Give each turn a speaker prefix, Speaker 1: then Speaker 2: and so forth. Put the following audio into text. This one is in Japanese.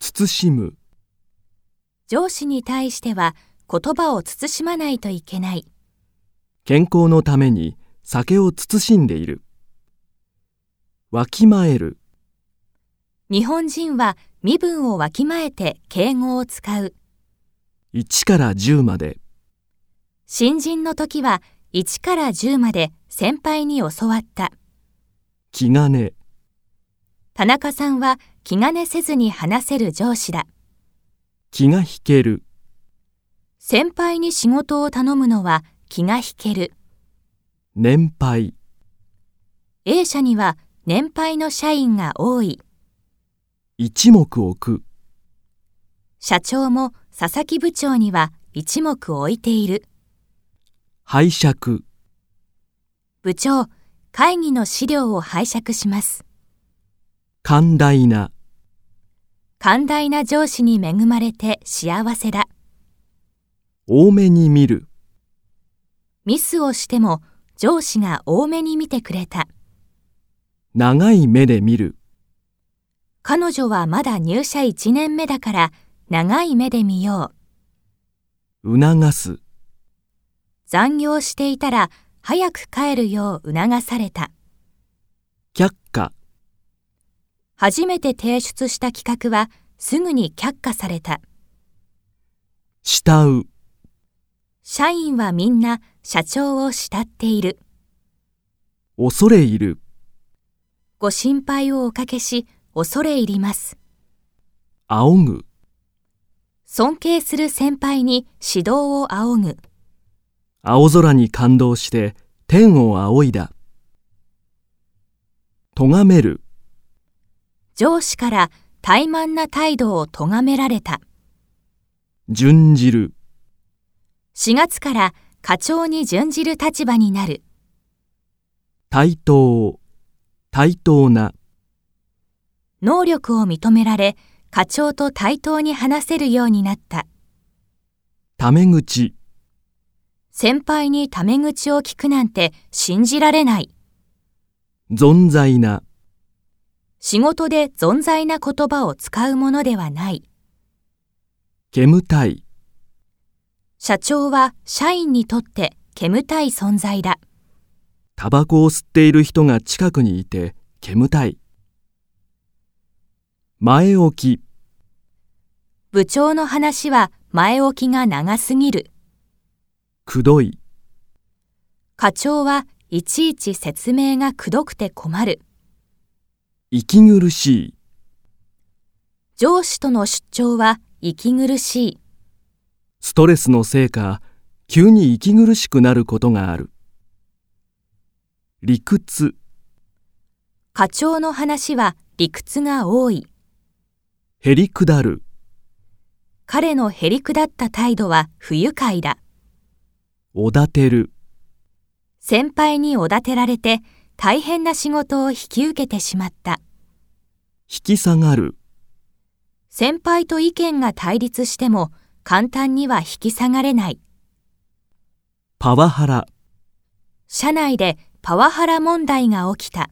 Speaker 1: 慎む、
Speaker 2: 上司に対しては言葉を慎まないといけない。
Speaker 1: 健康のために酒を慎んでいる。わきまえる、
Speaker 2: 日本人は身分をわきまえて敬語を使う。
Speaker 1: 1から10まで、
Speaker 2: 新人の時は1から10まで先輩に教わった。
Speaker 1: 気兼ね、
Speaker 2: 田中さんは気兼ねせずに話せる上司だ。
Speaker 1: 気が引ける、
Speaker 2: 先輩に仕事を頼むのは気が引ける。
Speaker 1: 年配、
Speaker 2: A 社には年配の社員が多い。
Speaker 1: 一目置く、
Speaker 2: 社長も佐々木部長には一目置いている。
Speaker 1: 拝借、
Speaker 2: 部長、会議の資料を拝借します。
Speaker 1: 寛大な、
Speaker 2: 寛大な上司に恵まれて幸せだ。
Speaker 1: 多めに見る、
Speaker 2: ミスをしても上司が多めに見てくれた。
Speaker 1: 長い目で見る、
Speaker 2: 彼女はまだ入社1年目だから長い目で見よう。
Speaker 1: 促す、
Speaker 2: 残業していたら早く帰るよう促された。
Speaker 1: 却下、
Speaker 2: 初めて提出した企画はすぐに却下された。
Speaker 1: 慕う、
Speaker 2: 社員はみんな社長を慕っている。
Speaker 1: 恐れ入る、
Speaker 2: ご心配をおかけし、恐れ入ります。
Speaker 1: 仰ぐ、
Speaker 2: 尊敬する先輩に指導を仰ぐ。
Speaker 1: 青空に感動して天を仰いだ。咎める、
Speaker 2: 上司から怠慢な態度を咎められた。
Speaker 1: 準じる、
Speaker 2: 4月から課長に準じる立場になる。
Speaker 1: 対等、対等な、
Speaker 2: 能力を認められ、課長と対等に話せるようになった。
Speaker 1: タメ口、
Speaker 2: 先輩にタメ口を聞くなんて信じられない。
Speaker 1: 存在な、
Speaker 2: 仕事で存在な言葉を使うものではない。
Speaker 1: 煙たい、
Speaker 2: 社長は社員にとって煙たい存在だ。
Speaker 1: タバコを吸っている人が近くにいて煙たい。前置き、
Speaker 2: 部長の話は前置きが長すぎる。
Speaker 1: くどい、
Speaker 2: 課長はいちいち説明がくどくて困る。
Speaker 1: 息苦しい、
Speaker 2: 上司との出張は息苦しい。
Speaker 1: ストレスのせいか、急に息苦しくなることがある。理屈、
Speaker 2: 課長の話は理屈が多い。
Speaker 1: へりくだる、
Speaker 2: 彼のへりくだった態度は不愉快だ。
Speaker 1: おだてる、
Speaker 2: 先輩におだてられて大変な仕事を引き受けてしまった。
Speaker 1: 引き下がる、
Speaker 2: 先輩と意見が対立しても簡単には引き下がれない。
Speaker 1: パワハラ、
Speaker 2: 社内でパワハラ問題が起きた。